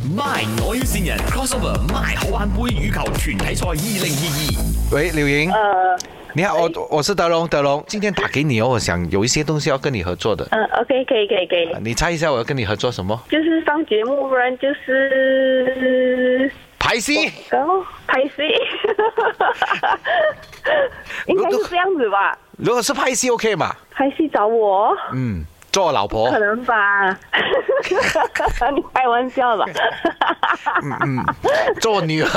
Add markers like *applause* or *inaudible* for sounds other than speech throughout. My 我要线人 crossover My 好玩杯羽球團體賽二零二喂，柳莹，呃你好，我我是德龙，德龙，今天打给你哦，我想有一些东西要跟你合作的，啊嗯，OK，可以可以可以，你猜一下我要跟你合作什么？就是上节目，不然就是排戏，然后拍戏， *laughs* 应该是这样子吧？如果是拍戏 OK 嘛？拍戏找我，哦嗯，做我老婆可，能吧？ *laughs* 你开玩笑吧？嗯，做我 *laughs* 女儿，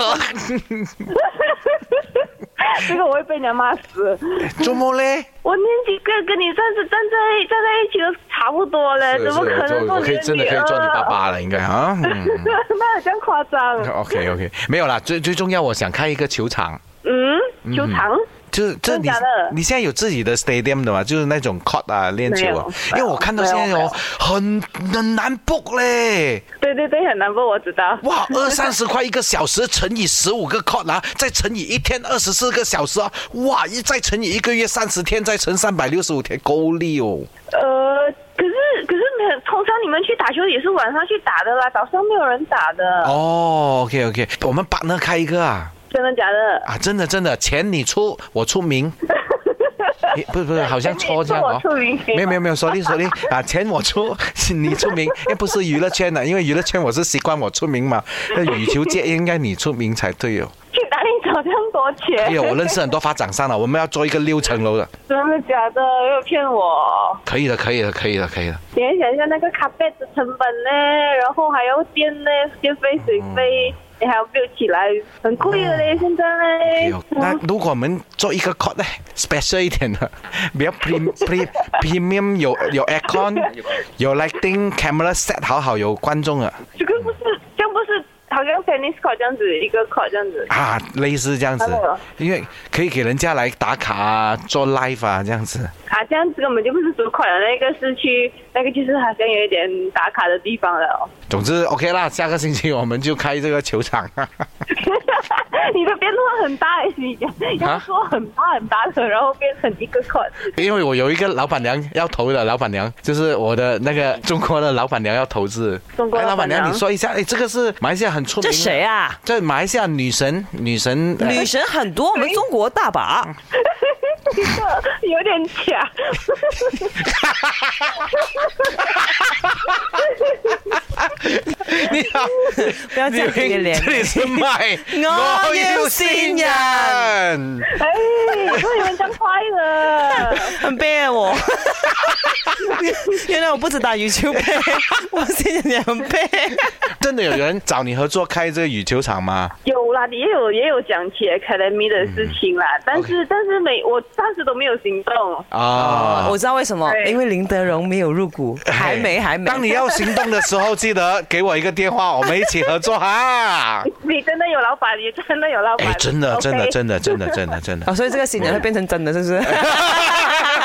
这个我会被人家骂死。做么嘞？我年纪跟跟你站在站在站在一起都差不多了，是呃怎么是可能我做做我可以你真的可以做你爸爸了，应该啊。嗯 *laughs* *laughs* 那有这样夸张？ OK OK，没有啦，最最重要，我想开一个球场。嗯，球场。就这真你假的你现在有自己的 stadium 的吗？就是那种 court 啊，练没球啊有。因为我看到现在没有没哦有，很很难 book 嘞。对对对，很难不，我知道。哇，二三十块一个小时，乘以十五个 court 啊，再乘以一天二十四个小时啊，哇，一再乘以一个月三十天，再乘三百六十五天，够力哦。呃，可是可是没有，通常你们去打球也是晚上去打的啦，早上没有人打的，哦，OK OK，我们把那开一个啊真的假的？啊，真的真的，钱你出，我出 *laughs* 名。诶不是不是，好像错这样我哦。出啊明星，没有没有没有，sorry sorry 啊，钱我出，你出名，哎，不是娱乐圈的，因为娱乐圈我是习惯我出名嘛，那羽球界应该你出名才对哦。去哪里找这样多钱？哎呦，我认识很多发展商啊了，我们要做一个六层楼的， *laughs* 真的假的？又骗我！可以的，可以的，可以的，可以的。你还想一下那个卡贝的成本呢，然后还要电呢，电费水费。嗯你还要 build 起来，很贵的嘞，现在哎嘞。呦，那如果我们做一个 court 呢，special 一点的， *laughs* 比较 pre pre premium 有有 aircon，有 *laughs* lighting camera set 好好，有观众啊这个不是，这样不是，好像 tennis court 这样子，一个 court 这样子。啊，类似这样子那个，因为可以给人家来打卡啊，做 live 啊这样子。啊，这样子根本就不是主款了，那个是去那个就是好像有一点打卡的地方了、 *laughs* 哦。总之 OK 啦，下个星期我们就开这个球场。 *laughs* 你的变化很大，你讲要说很大很大的，然后变成一个款。因为我有一个老板娘要投的，老板娘就是我的那个中国的老板娘要投资。中国哎老老板娘娘，你说一下，哎，这个是马来西亚很出名。这谁？啊？这马来西亚女神，女神。呃女神很多，我们中国大把。有点假， *laughs* 你好，不要这样给脸这。里是麦，我要先 *laughs* 人。哎，我以为这样快 *laughs* 乐。很悲哀我。 *laughs* 原来我不止打羽球杯，我现在也很悲。真的有人找你合作开这个羽球场吗？有啦，也有也有讲起 academy 的事情嗯啦，但是但是没我暂时都没有行动。啊，哦哎我知道为什么，对因为林德荣没有入股，还没还没。当你要行动的时候，记得给我一个电话，我们一起合作 *laughs* 哈。哎你真的有老板，你真的有老板。哎，真的，真的， OK 真的，真的，真的，真的哦，。所以这个新人会变成真的，是不是？ *laughs*